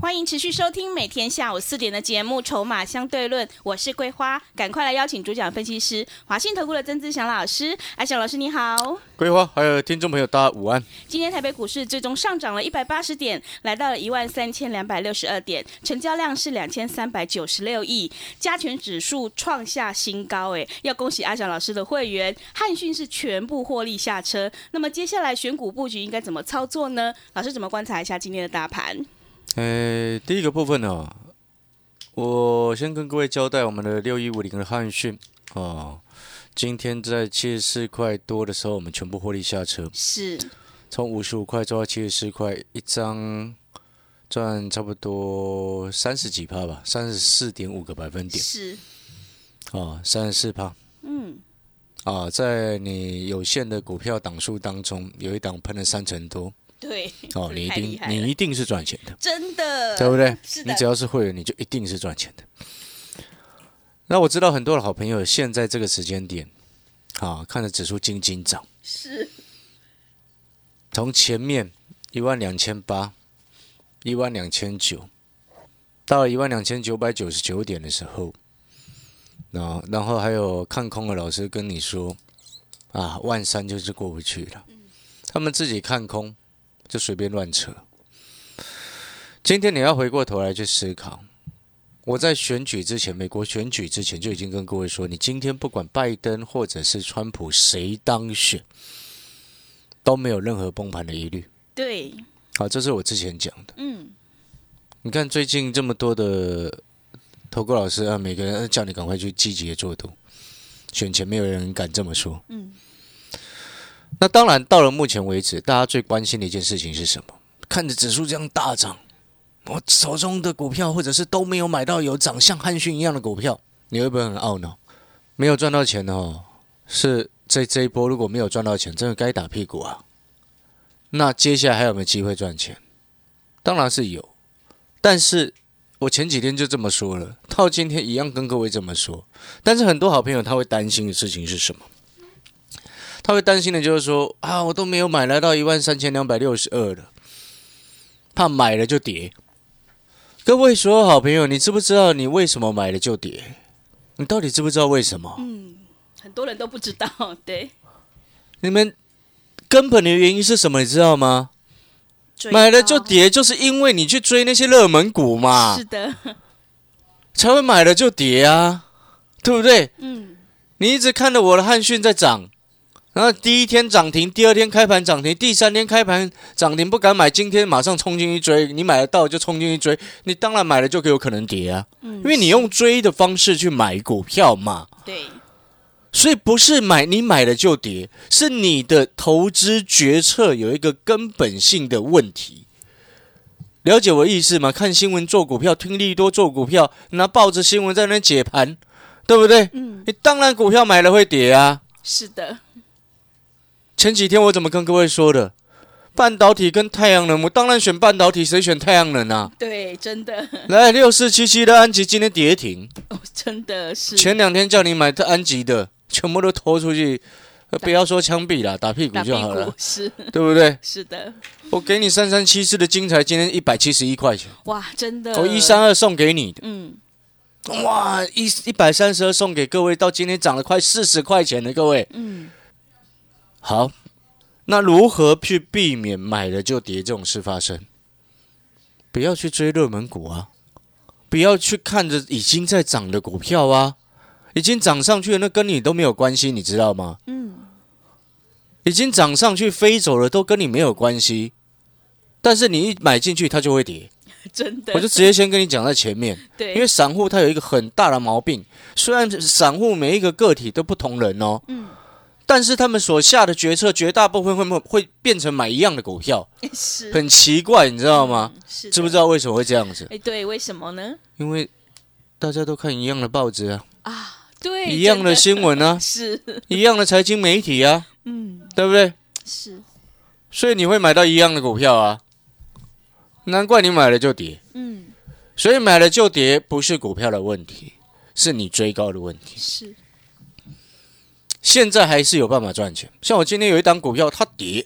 欢迎持续收听每天下午四点的节目《筹码相对论》，我是桂花，赶快来邀请主讲分析师华信投顾的曾志祥老师。阿祥老师你好，桂花，还有听众朋友，大家午安。今天台北股市最终上涨了一百八十点，来到了一万三千两百六十二点，成交量是两千三百九十六亿，加权指数创下新高，哎，要恭喜阿祥老师的会员，汉讯是全部获利下车。那么接下来选股布局应该怎么操作呢？老师怎么观察一下今天的大盘？呃，第一个部分呢、我先跟各位交代我们的六一五零的汉讯哦，今天在七十四块多的时候，我们全部获利下车，是从五十五块做到七十四块，一张赚差不多三十几趴吧，三十四点五个百分点是，哦，三十四趴。嗯，啊，在你有限的股票档数当中，有一档喷了三成多对，哦，这你一太厉定害了你一定是赚钱的。真的，对不对？ 是的你只要是会员，你就一定是赚钱的。那我知道很多的好朋友现在这个时间点，啊，看着指数轻轻涨，是从前面一万两千八、一万两千九，到一万两千九百九十九点的时候，那然后还有看空的老师跟你说，啊，万三就是过不去了，他们自己看空就随便乱扯。今天你要回过头来去思考。我在选举之前，美国选举之前就已经跟各位说，你今天不管拜登或者是川普谁当选，都没有任何崩盘的疑虑。对，好，啊这是我之前讲的。嗯，你看最近这么多的投顾老师啊，每个人叫你赶快去积极的做多，选前没有人敢这么说。嗯，那当然，到了目前为止，大家最关心的一件事情是什么？看着指数这样大涨，我手中的股票或者是都没有买到有涨像汉逊一样的股票，你会不会很懊恼？哦没有赚到钱的哦，是这这一波如果没有赚到钱，真的该打屁股啊。那接下来还有没有机会赚钱？当然是有，但是我前几天就这么说了，到今天一样跟各位这么说。但是很多好朋友他会担心的事情是什么？他会担心的就是说啊，我都没有买，来到一万三千两百六十二了，怕买了就跌。各位所有好朋友，你知不知道你为什么买了就跌？你到底知不知道为什么？很多人都不知道，对，你们根本的原因是什么？你知道吗？追买了就高，跌，就是因为你去追那些热门股嘛是，的，才会买了就跌啊，对不对？嗯，你一直看着我的汉讯在涨，然后第一天涨停，第二天开盘涨停，第三天开盘涨停不敢买，今天马上冲进去追，你买得到就冲进去追，你当然买了就有可能跌啊，因为你用追的方式去买股票嘛，对，所以不是买你买了就跌，是你的投资决策有一个根本性的问题。了解我意思吗？看新闻做股票，听利多做股票，拿报纸新闻在那边解盘，对不对？嗯，你当然股票买了会跌啊。是的，前几天我怎么跟各位说的？半导体跟太阳能，我当然选半导体，谁选太阳能啊？对，真的，来，六四七七的安吉今天跌停，哦，真的是前两天叫你买的安吉的，全部都拖出去，呃不要说枪毙啦，打屁股打屁就好股了，，是对不对？是的，我给你三三七四的精彩，今天一百七十一块钱，哇，真的，我一三，二送给你的，嗯，哇，一一百三十二送给各位，到今天涨了快四十块钱了，各位。嗯，好，那如何去避免买了就跌这种事发生？不要去追热门股啊，不要去看着已经在涨的股票啊，已经涨上去了，那跟你都没有关系，你知道吗？嗯，已经涨上去飞走了，都跟你没有关系。但是你一买进去，它就会跌。真的，我就直接先跟你讲在前面，对，因为散户他有一个很大的毛病，虽然散户每一个个体都不同人哦，嗯但是他们所下的决策绝大部分会会变成买一样的股票，是很奇怪，你知道吗？嗯是的知不知道为什么会这样子？哎，对，为什么呢？因为大家都看一样的报纸啊，啊，对，一样真的的，新闻啊是，一样的财经媒体啊，嗯，对不对？是，所以你会买到一样的股票啊，难怪你买了就跌。嗯，所以买了就跌不是股票的问题，是你追高的问题。是，现在还是有办法赚钱。像我今天有一档股票，它跌，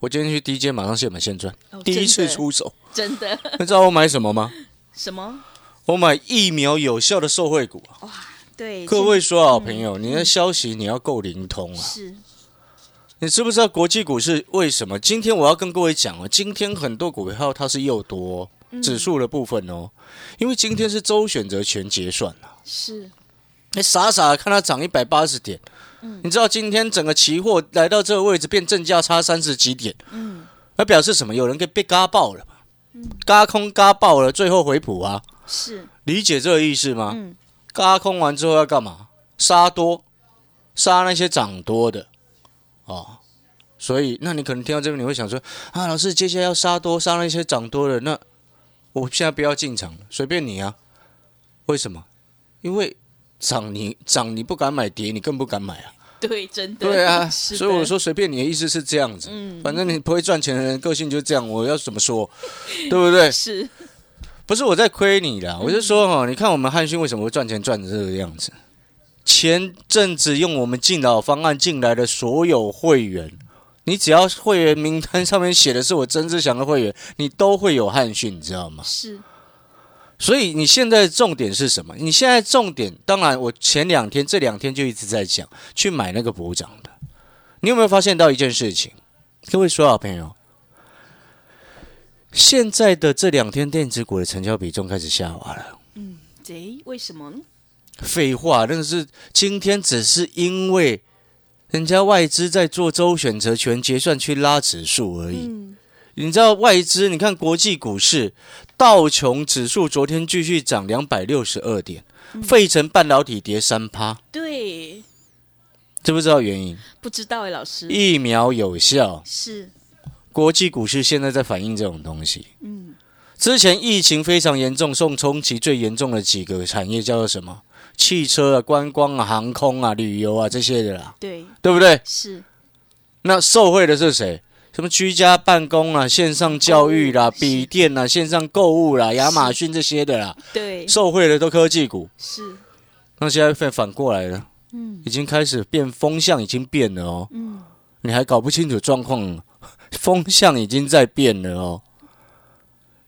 我今天去低阶马上现买现赚，哦第一次，真的出手。真的 你知道我买什么吗？什么？我买疫苗有效的受惠股啊。对，各位说好朋嗯友，你的消息你要够灵通啊！是，你知不知道国际股市为什么？今天我要跟各位讲哦，今天很多股票它是又多嗯指数的部分哦，因为今天是周选择权结算啊。是，你傻傻地看它涨一百八十点，你知道今天整个期货来到这个位置变正价差三十几点，那表示什么？有人给被嘎爆了嘛，嘎空嘎爆了，最后回补啊，是，理解这个意思吗？嗯嘎空完之后要干嘛？杀多，杀那些涨多的，哦，所以那你可能听到这边你会想说啊，老师接下来要杀多，杀那些涨多的，那我现在不要进场了，随便你啊。为什么？因为涨你涨你不敢买，跌你更不敢买啊。 对，真的，对 啊，是所以我的，嗯说随便你的意思是这样子，反正你不会赚钱的人个性就这样，我要怎么说，对不对？是，不是我在亏你啦，我就说哈、你看我们汉逊为什么会赚钱赚成这个样子？前阵子用我们敬老方案进来的所有会员，你只要会员名单上面写的是我曾志祥的会员，你都会有汉逊，你知道吗？是，所以你现在的重点是什么？你现在重点，当然我前两天这两天就一直在讲去买那个补涨的。你有没有发现到一件事情？各位说好朋友，现在的这两天电子股的成交比重开始下滑了。贼，为什么呢？废话，那个是今天只是因为人家外资在做周选择权结算去拉指数而已。你知道外资？你看国际股市，道琼指数昨天继续涨两百六十二点，费城半导体跌三趴，对，知不知道原因？不知道哎，老师，疫苗有效，是，国际股市现在在反映这种东西。嗯，之前疫情非常严重，受冲击最严重的几个产业叫做什么？汽车啊、观光啊、航空啊、旅游啊这些的啦，对，对不对？是，那受惠的是谁？什么居家办公啦、线上教育啦、笔电啦、线上购物啦、亚马逊这些的啦，对，受惠的都科技股。是，那现在反反过来了，嗯，已经开始变风向，已经变了哦，嗯，你还搞不清楚状况，风向已经在变了哦。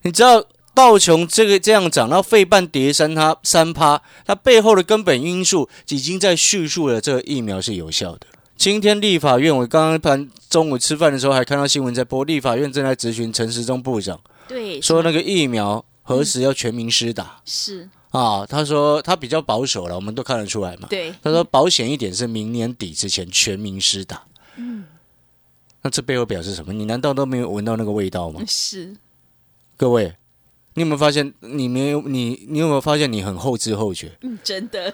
你知道道琼这个这样涨，到费半跌三它三趴，它背后的根本因素已经在叙述了这个疫苗是有效的。今天立法院，我刚刚盘中午吃饭的时候还看到新闻在播，立法院正在咨询陈时中部长，对，说那个疫苗何时要全民施打。是，啊，他说他比较保守了，我们都看得出来嘛。对，他说保险一点是明年底之前全民施打。嗯，那这背后表示什么？你难道都没有闻到那个味道吗？是，各位，你有没有发现？你没有你你有没有发现你很后知后觉？嗯，真的，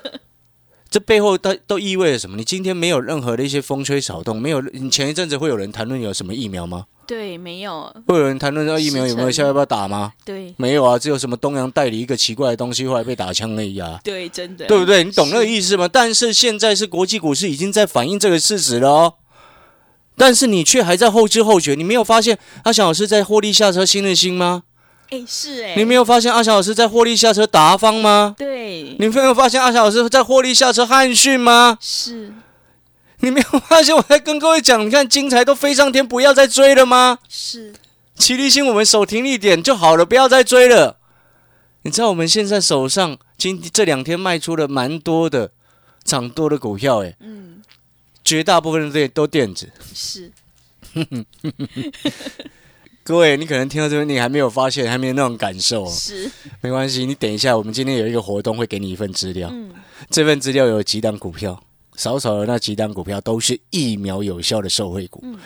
这背后都都意味着什么？你今天没有任何的一些风吹草动，没有你前一阵子会有人谈论有什么疫苗吗？对，没有，会有人谈论到哎疫苗有没有时辰效要不要打吗？对，没有啊，只有什么东洋代理一个奇怪的东西，后来被打枪而已啊。对，真的，对不对？你懂那个意思吗？但是现在是国际股市已经在反映这个事实了哦。但是你却还在后知后觉，你没有发现阿翔老师在获利下车新日新吗？哎，是哎，你没有发现阿翔老师在获利下车达方吗？对，你没有发现阿翔老师在获利下车汉讯吗？是你没有发现我在跟各位讲，你看金财都飞上天，不要再追了吗？是，齐力新我们手停利点就好了，不要再追了。你知道我们现在手上今这两天卖出了蛮多的涨多的股票、欸，嗯，绝大部分的电都电子。是，各位，你可能听到这边，你还没有发现，还没有那种感受、哦，是，没关系，你等一下，我们今天有一个活动，会给你一份资料。嗯这份资料有几档股票，少少的那几档股票都是疫苗有效的受惠股。嗯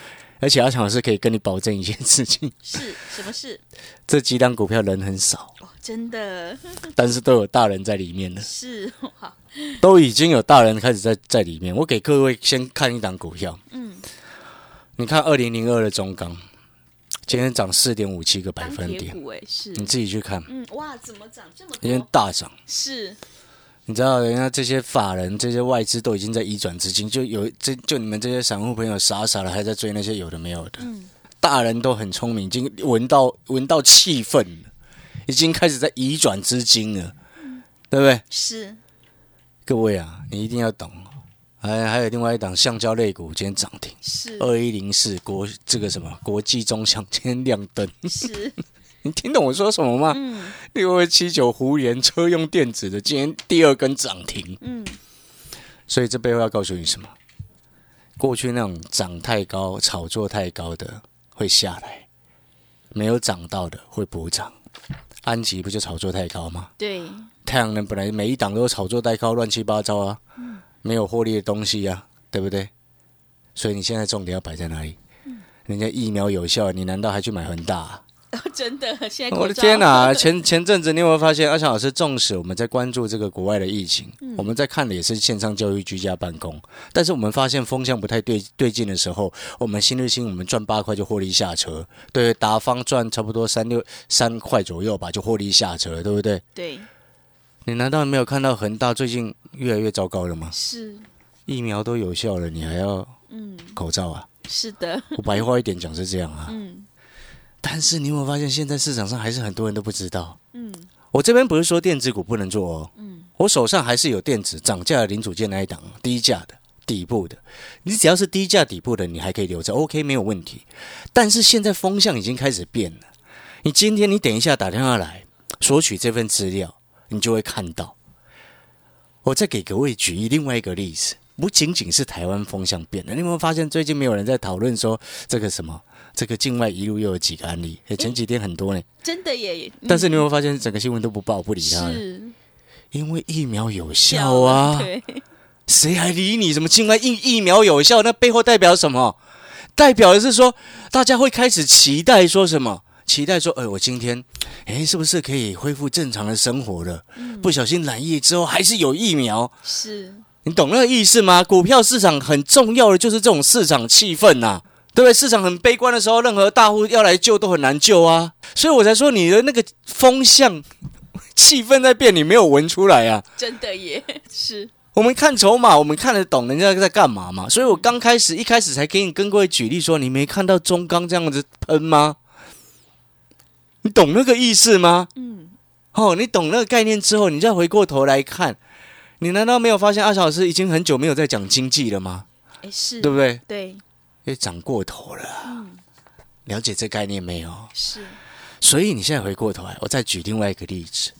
而且阿强老师可以跟你保证一件事情：是，什么事？这几档股票人很少，哦，真的但是都有大人在里面了，是，好，都已经有大人开始在在里面。我给各位先看一档股票，嗯，你看二零零二的中钢，今天涨四点五七个百钢分铁点，股哎、是，你自己去看，嗯，哇，怎么涨这么今天多？大涨。是，你知道，人家这些法人、这些外资都已经在移转资金，就有这就你们这些散户朋友傻傻的还在追那些有的没有的。大人都很聪明，已经闻到闻到气氛了，已经开始在移转资金了，对不对？是，各位啊，你一定要懂。还还有另外一档橡胶类股今天涨停，是，二一零四国这个什么国际中橡今天亮灯，是，你听懂我说什么吗？嗯六二七九胡言车用电子的今天第二根涨停，嗯，所以这背后要告诉你什么？过去那种涨太高、炒作太高的会下来，没有涨到的会补涨。安吉不就炒作太高吗？对， 太阳能本来每一档都炒作太高，乱七八糟啊，嗯没有获利的东西啊，对不对？所以你现在重点要摆在哪里？嗯人家疫苗有效，你难道还去买恒大、啊？真的，现在我哎口的罩天 哪、前前阵子你有没有发现，阿强老师纵使我们在关注这个国外的疫情，嗯我们在看的也是线上教育、居家办公，但是我们发现风向不太对对劲的时候，我们新日新我们赚八块就获利下车，对达方赚差不多三六三块左右吧，就获利下车了，对不对？对，你难道没有看到恒大最近越来越糟糕了吗？是，疫苗都有效了，你还要嗯，口罩啊？是的， 我白话一点讲是这样啊。嗯但是你有没有发现，现在市场上还是很多人都不知道？嗯，我这边不是说电子股不能做哦，我手上还是有电子涨价的零组件那一档，低价的底部的，你只要是低价底部的，你还可以留着，OK 没有问题。但是现在风向已经开始变了，你今天你等一下打电话来索取这份资料，你就会看到。我再哦给各位举一另外一个例子，不仅仅是台湾风向变了，你有没有发现最近没有人在讨论说这个什么？这个境外一路又有几个案例，诶前几天很多呢，真的耶，嗯但是你有没有发现整个新闻都不报不理他了？是因为疫苗有效啊，对，谁还理你什么境外疫疫苗有效？那背后代表什么？代表的是说，大家会开始期待说什么？期待说，哎，我今天，哎，是不是可以恢复正常的生活了？不小心染疫之后，还是有疫苗，是，你懂那个意思吗？股票市场很重要的就是这种市场气氛呐、对不对？市场很悲观的时候，任何大户要来救都很难救啊，所以我才说你的那个风向气氛在变，你没有闻出来啊。真的耶，是，我们看筹码，我们看得懂人家在干嘛嘛。所以我刚开始一开始才给你跟各位举例说，你没看到中钢这样子喷吗？你懂那个意思吗？嗯，哦，你懂那个概念之后，你再回过头来看，你难道没有发现阿小老师已经很久没有在讲经济了吗？哎是，嗯对不对？对，因为涨过头了啊。了解这概念没有？是，所以你现在回过头来，我再举另外一个例子，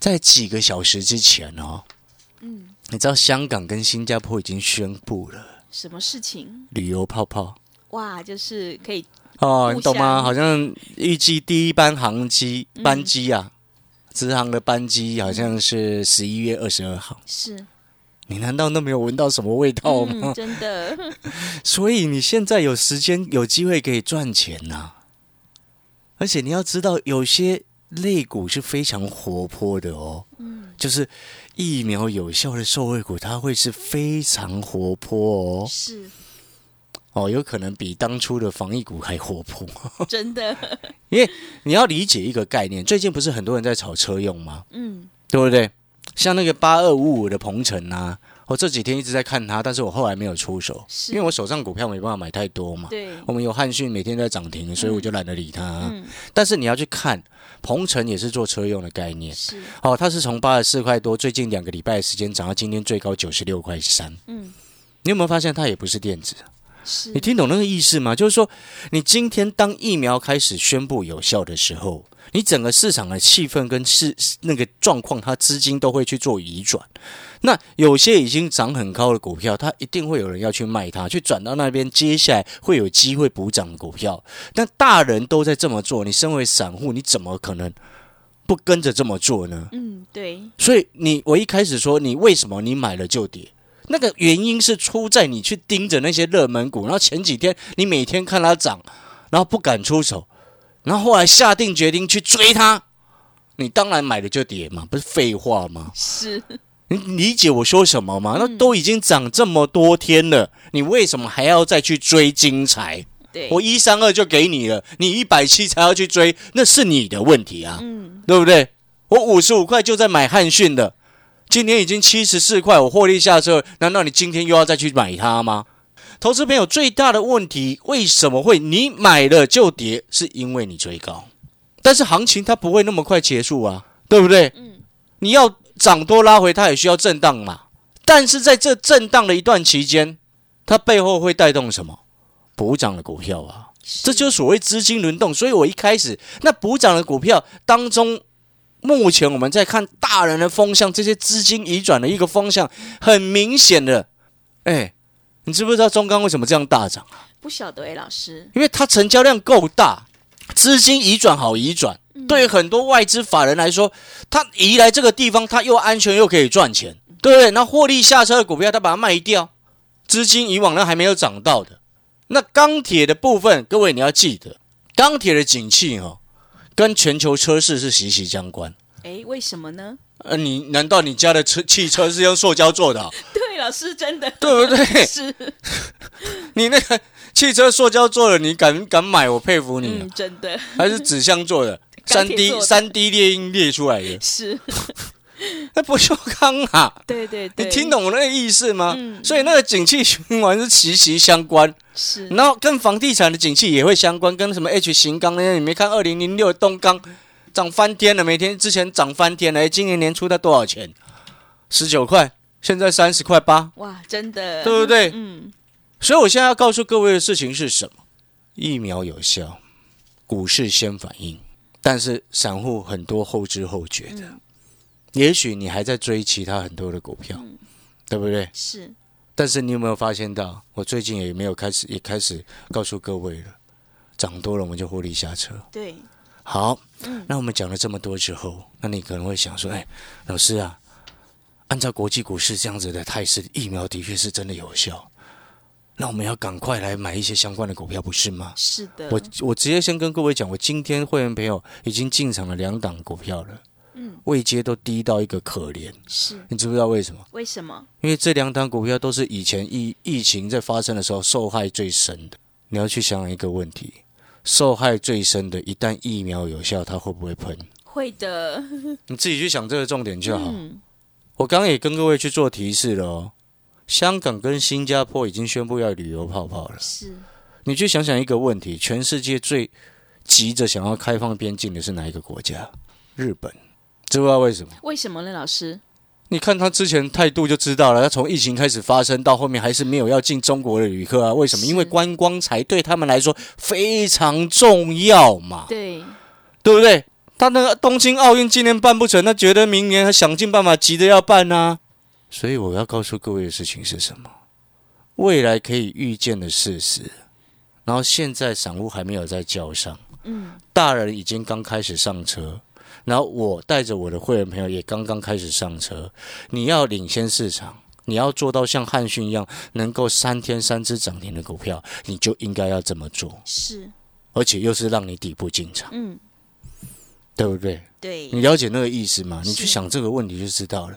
在几个小时之前哦，嗯，你知道香港跟新加坡已经宣布了什么事情？旅游泡泡哇，就是可以，哦，你懂互吗？相好像预计第一班航机嗯班机啊，直航的班机好像是十一月二十二号。是，你难道都没有闻到什么味道吗？嗯，真 的，所以你现在有时间、有机会可以赚钱呐、而且你要知道，有些类股是非常活泼的哦。嗯，就是疫苗有效的受惠股，它会是非常活泼哦。是，哦，有可能比当初的防疫股还活泼。真的，因为你要理解一个概念，最近不是很多人在炒车用吗？嗯，对不对？像那个八二五五的鹏程啊，我这几天一直在看它，但是我后来没有出手，是因为我手上股票没办法买太多嘛。 对，我们有汉讯每天都在涨停，所以我就懒得理它、嗯，但是你要去看，鹏程也是做车用的概念，是，哦，它是从八十四块多，最近两个礼拜的时间涨到今天最高九十六块三。嗯，你有没有发现它也不是电子？是你，听懂那个意思吗？就是说，你今天当疫苗开始宣布有效的时候，你整个市场的气氛跟市那个状况，它资金都会去做移转。那有些已经涨很高的股票，它一定会有人要去卖它，去转到那边，接下来会有机会补涨的股票。但大人都在这么做，你身为散户，你怎么可能不跟着这么做呢？嗯，对，所以你我一开始说你为什么你买了就跌，那个原因是出在你去盯着那些热门股，然后前几天你每天看它涨，然后不敢出手，然后后来下定决定去追它，你当然买了就跌嘛，不是废话吗？是，你理解我说什么吗？那都已经涨这么多天了，你为什么还要再去追精彩？对我一三二就给你了，你一百七才要去追，那是你的问题啊，嗯对不对？我五十五块就在买汉逊的，今天已经七十四块，我获利下车，难道你今天又要再去买它吗？投资朋友最大的问题，为什么会你买了就跌？是因为你追高，但是行情它不会那么快结束啊，对不对？嗯，你要涨多拉回，它也需要震荡嘛。但是在这震荡的一段期间，它背后会带动什么？补涨的股票啊，这就是所谓资金轮动。所以我一开始那补涨的股票当中，目前我们在看大人的风向，这些资金移转的一个方向，很明显的，哎，你知不知道中钢为什么这样大涨？不晓得哎，老师，因为它成交量够大，资金移转好移转。对很多外资法人来说，它移来这个地方，它又安全又可以赚钱，对不对？那获利下车的股票，它把它卖掉，资金以往呢还没有涨到的。那钢铁的部分，各位你要记得，钢铁的景气哦，跟全球车市是息息相关。哎，为什么呢？呃，你难道你家的车汽车是用塑胶做的啊、 对，老师真的对不对？ 是，你那个汽车塑胶做的，你敢敢买？我佩服你啊、嗯，真的还是纸箱做的，钢三铁 D 做的三 D 列印列出来的，是，那不锈钢啊！对对对，嗯你听懂我那个意思吗？所以那个景气循环是息息相关，是，然后跟房地产的景气也会相关，跟什么 H 型钢那些，你没看二零零六东钢涨翻天了，每天之前涨翻天了，哎诶今年年初它多少钱？十九块，现在三十块八，哇，真的，对不对？嗯，所以我现在要告诉各位的事情是什么？疫苗有效，股市先反应，但是散户很多后知后觉的。也许你还在追其他很多的股票，对不对？是，但是你有没有发现到，我最近也没有开始，也开始告诉各位了，涨多了我们就获利下车。对，好，那我们讲了这么多之后，那你可能会想说，哎，老师啊，按照国际股市这样子的态势，疫苗的确是真的有效，那我们要赶快来买一些相关的股票，不是吗？是的，我我直接先跟各位讲，我今天会员朋友已经进场了两档股票了，嗯，位阶都低到一个可怜，是你知不知道为什么？为什么？因为这两档股票都是以前疫疫情在发生的时候受害最深的。你要去想想一个问题：受害最深的，一旦疫苗有效，它会不会喷？会的，你自己去想这个重点就好。我刚刚也跟各位去做提示了哦。香港跟新加坡已经宣布要旅游泡泡了。是你去想想一个问题：全世界最急着想要开放边境的是哪一个国家？日本。知不知道为什么？为什么呢？老师，你看他之前态度就知道了，他从疫情开始发生到后面还是没有要进中国的旅客啊？为什么？因为观光才对他们来说非常重要嘛，对，对不对？他那个东京奥运今年办不成，他觉得明年他想尽办法急着要办啊。所以我要告诉各位的事情是什么？未来可以预见的事实，然后现在散户还没有在叫上，嗯，大人已经刚开始上车，然后我带着我的会员朋友也刚刚开始上车。你要领先市场，你要做到像汉逊一样能够三天三只涨停的股票，你就应该要这么做，是，而且又是让你底部进场，嗯，对不对？对，你了解那个意思吗？你嗯去是想这个问题就知道了。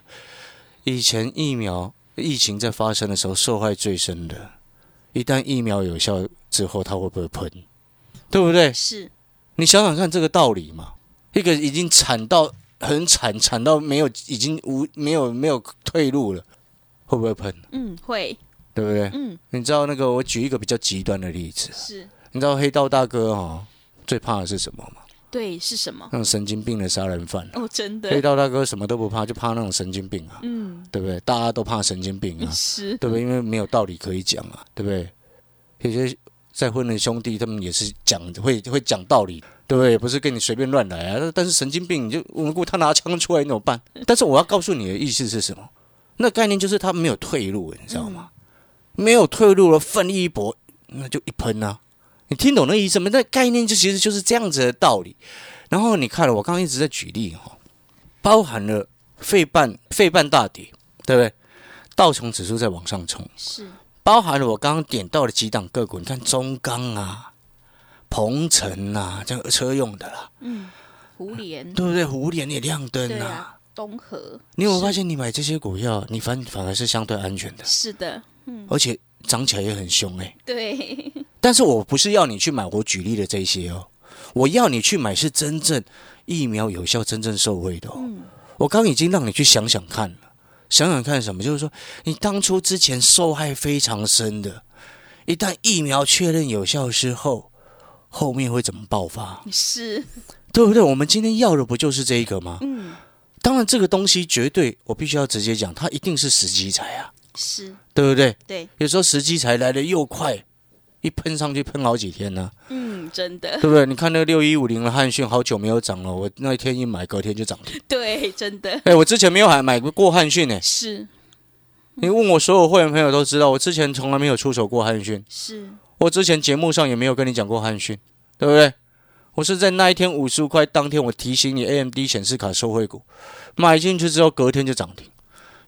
以前疫苗疫情在发生的时候，受害最深的，一旦疫苗有效之后，它会不会喷？对不对？是你想想看这个道理嘛。一个已经惨到很惨，惨到没有已经无没有没有退路了，会不会喷？嗯，会，对不对？嗯，你知道那个我举一个比较极端的例子，是你知道黑道大哥哦最怕的是什么吗？对，是什么？那种神经病的杀人犯。哦，真的黑，道大哥什么都不怕，就怕那种神经病啊，嗯，对不对？大家都怕神经病啊，是，对不对？因为没有道理可以讲啊，对不对？有些再婚的兄弟，他们也是讲会会讲道理，对不对？不是跟你随便乱来啊。但是神经病，你就无缘无故他拿枪出来，你怎么办？但是我要告诉你的意思是什么？那概念就是他没有退路，你知道吗？没有退路了，奋力一搏，那就一喷啊！你听懂那意思吗？那概念就其实就是这样子的道理。然后你看了，我刚刚一直在举例哈、哦，包含了费半费半大跌，对不对？道琼指数在往上冲，是，包含了我刚刚点到的几档个股，你看中钢啊、鹏程啊，这个车用的啦，嗯胡莲，对不对？虎联也亮灯对啊。啊，东河，你有没有发现，你买这些股票，你反反而是相对安全的，是的，而且涨起来也很凶哎、对，但是我不是要你去买我举例的这一些哦，我要你去买是真正疫苗有效、真正受惠的哦。我刚已经让你去想想看了，想想看什么，就是说你当初之前受害非常深的，一旦疫苗确认有效之后，后面会怎么爆发，是，对不对？我们今天要的不就是这一个吗？嗯，当然，这个东西绝对，我必须要直接讲，它一定是时机财啊，是，对不对？对，有时候时机财来的又快，一喷上去喷好几天呢、嗯，真的， 对不对？你看那个六一五零的汉讯，好久没有涨了。我那一天一买，隔天就涨停。 对，真的哎，我之前没有还买过汉讯呢。是你问我所有会员朋友都知道，我之前从来没有出手过汉讯，是，我之前节目上也没有跟你讲过汉讯，对不对？我是在那一天五十块当天，我提醒你 AMD 显示卡收惠股买进去之后，隔天就涨停。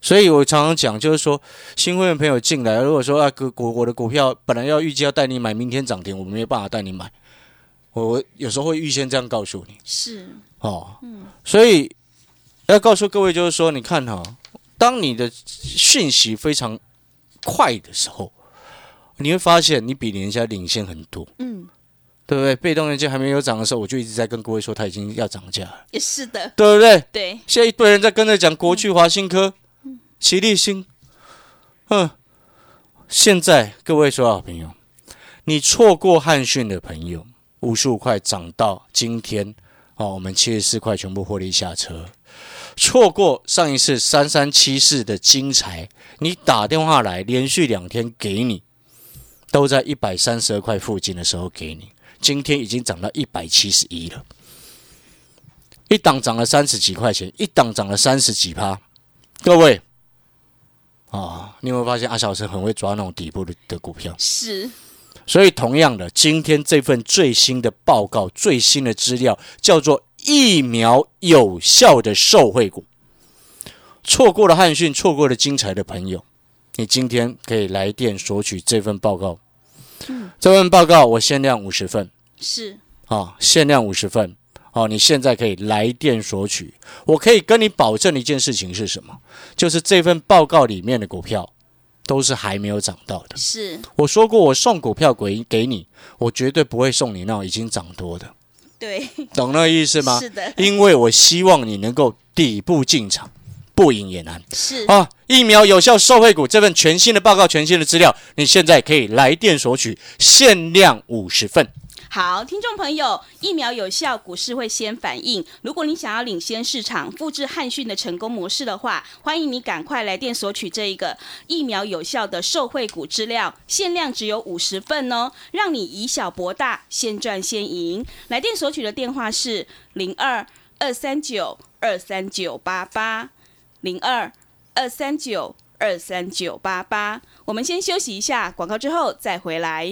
所以我常常讲，就是说新会员朋友进来，如果说啊，股股我的股票本来要预计要带你买，明天涨停，我没有办法带你买，我我有时候会预先这样告诉你。是，哦，所以要告诉各位就是说，你看哈、当你的讯息非常快的时候，你会发现你比人家领先很多，嗯，对不对？被动元件还没有涨的时候，我就一直在跟各位说它已经要涨价了，也是的，对不对？对，现在一堆人在跟着讲国巨、华新科、齐立新，嗯，现在各位所有朋友，你错过汉讯的朋友，五十五块涨到今天，哦，我们七十四块全部获利下车。错过上一次三三七四的精彩，你打电话来，连续两天给你，都在一百三十二块附近的时候给你，今天已经涨到一百七十一了。一档涨了三十几块钱，一档涨了三十几趴。各位，啊、你有没有发现阿小老师很会抓那种底部的的股票？是，所以同样的，今天这份最新的报告、最新的资料叫做疫苗有效的受惠股。错过了汉讯，错过了精彩的朋友，你今天可以来电索取这份报告。这份报告我限量五十份。是，啊、限量五十份。哦，你现在可以来电索取。我可以跟你保证一件事情是什么？就是这份报告里面的股票都是还没有涨到的。是，我说过，我送股票给给你，我绝对不会送你那种已经涨多的，对，懂那个意思吗？是的，因为我希望你能够底部进场，不赢也难。是，啊，疫苗有效受惠股这份全新的报告、全新的资料，你现在可以来电索取，限量五十份。好，听众朋友，疫苗有效，股市会先反应。如果你想要领先市场，复制汉讯的成功模式的话，欢迎你赶快来电索取这一个疫苗有效的受惠股资料，限量只有五十份哦，让你以小博大，先赚先赢。来电索取的电话是零二二三九二三九八八零二二三九二三九八八。我们先休息一下，广告之后再回来。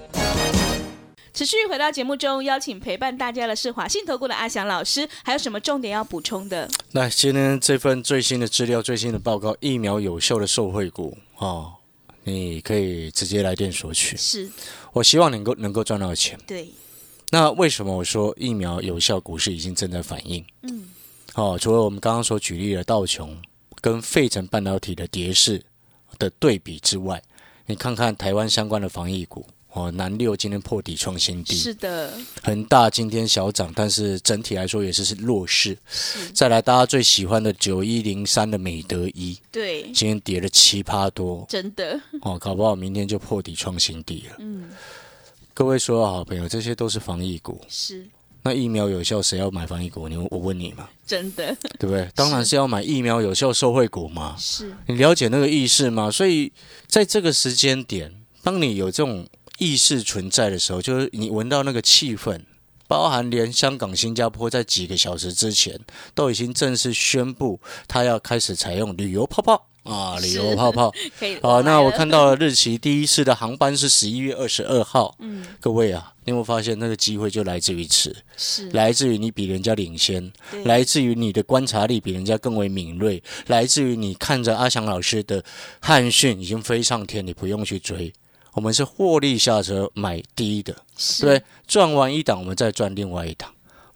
持续回到节目中，邀请陪伴大家的是华信投顾的阿翔老师，还有什么重点要补充的？那今天这份最新的资料、最新的报告，疫苗有效的受惠股哦，你可以直接来电索取。是我希望能够能够赚到钱。对，那为什么我说疫苗有效股市已经正在反应？嗯，哦，除了我们刚刚所举例的道琼跟费城半导体的跌势的对比之外，你看看台湾相关的防疫股哦，南六今天破底创新低，是的，恒大今天小涨，但是整体来说也是是弱势。是，再来，大家最喜欢的九一零三的美德一，对，今天跌了七趴多真的哦，搞不好明天就破底创新低了。嗯，各位所有好朋友，这些都是防疫股。是那疫苗有效，谁要买防疫股？你我问你嘛，真的对不对？当然是要买疫苗有效受惠股嘛。是你了解那个意识吗？所以在这个时间点，当你有这种意识存在的时候，就是你闻到那个气氛，包含连香港、新加坡在几个小时之前都已经正式宣布，它要开始采用旅游泡泡啊，旅是游泡泡。 可以好，那来了我看到了日期，第一次的航班是十一月二十二号。嗯，各位啊，你有没有发现那个机会就来自于此，是来自于你比人家领先，对来自于你的观察力比人家更为敏锐，来自于你看着阿翔老师的汉讯已经飞上天，你不用去追。我们是获利下车买低的，是对，赚完一档我们再赚另外一档，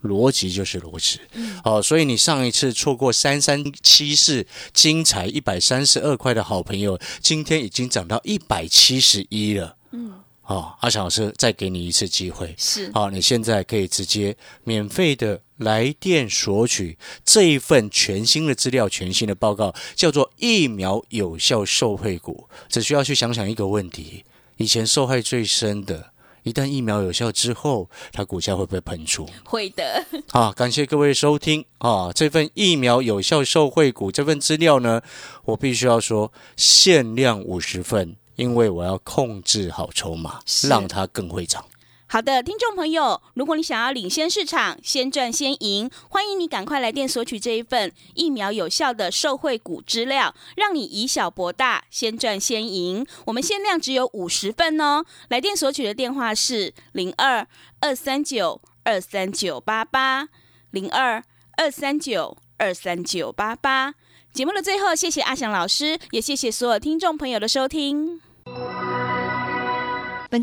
逻辑就是如此。嗯好、所以你上一次错过三三七四精彩一百三十二块的好朋友，今天已经涨到一百七十一了。嗯，哦，阿强老师再给你一次机会。是好、你现在可以直接免费的来电索取这一份全新的资料、全新的报告，叫做疫苗有效受惠股。只需要去想想一个问题：以前受害最深的，一旦疫苗有效之后，它股价会不会喷出？会的，啊，感谢各位收听啊！这份疫苗有效受惠股这份资料呢，我必须要说限量五十份，因为我要控制好筹码，是让它更会涨。好的，听众朋友，如果你想要领先市场、先赚先赢，欢迎你赶快来电索取这一份疫苗有效的受惠股资料，让你以小博大，先赚先赢。我们限量只有五十份哦，来电索取的电话是零二二三九二三九八八零二二三九二三九八八。节目的最后，谢谢阿翔老师，也谢谢所有听众朋友的收听。本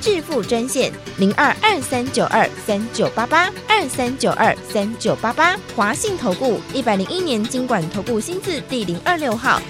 致富专线零二二三九二三九八八二三九二三九八八。华信投顾一百零一年经管投顾新字第零二六号。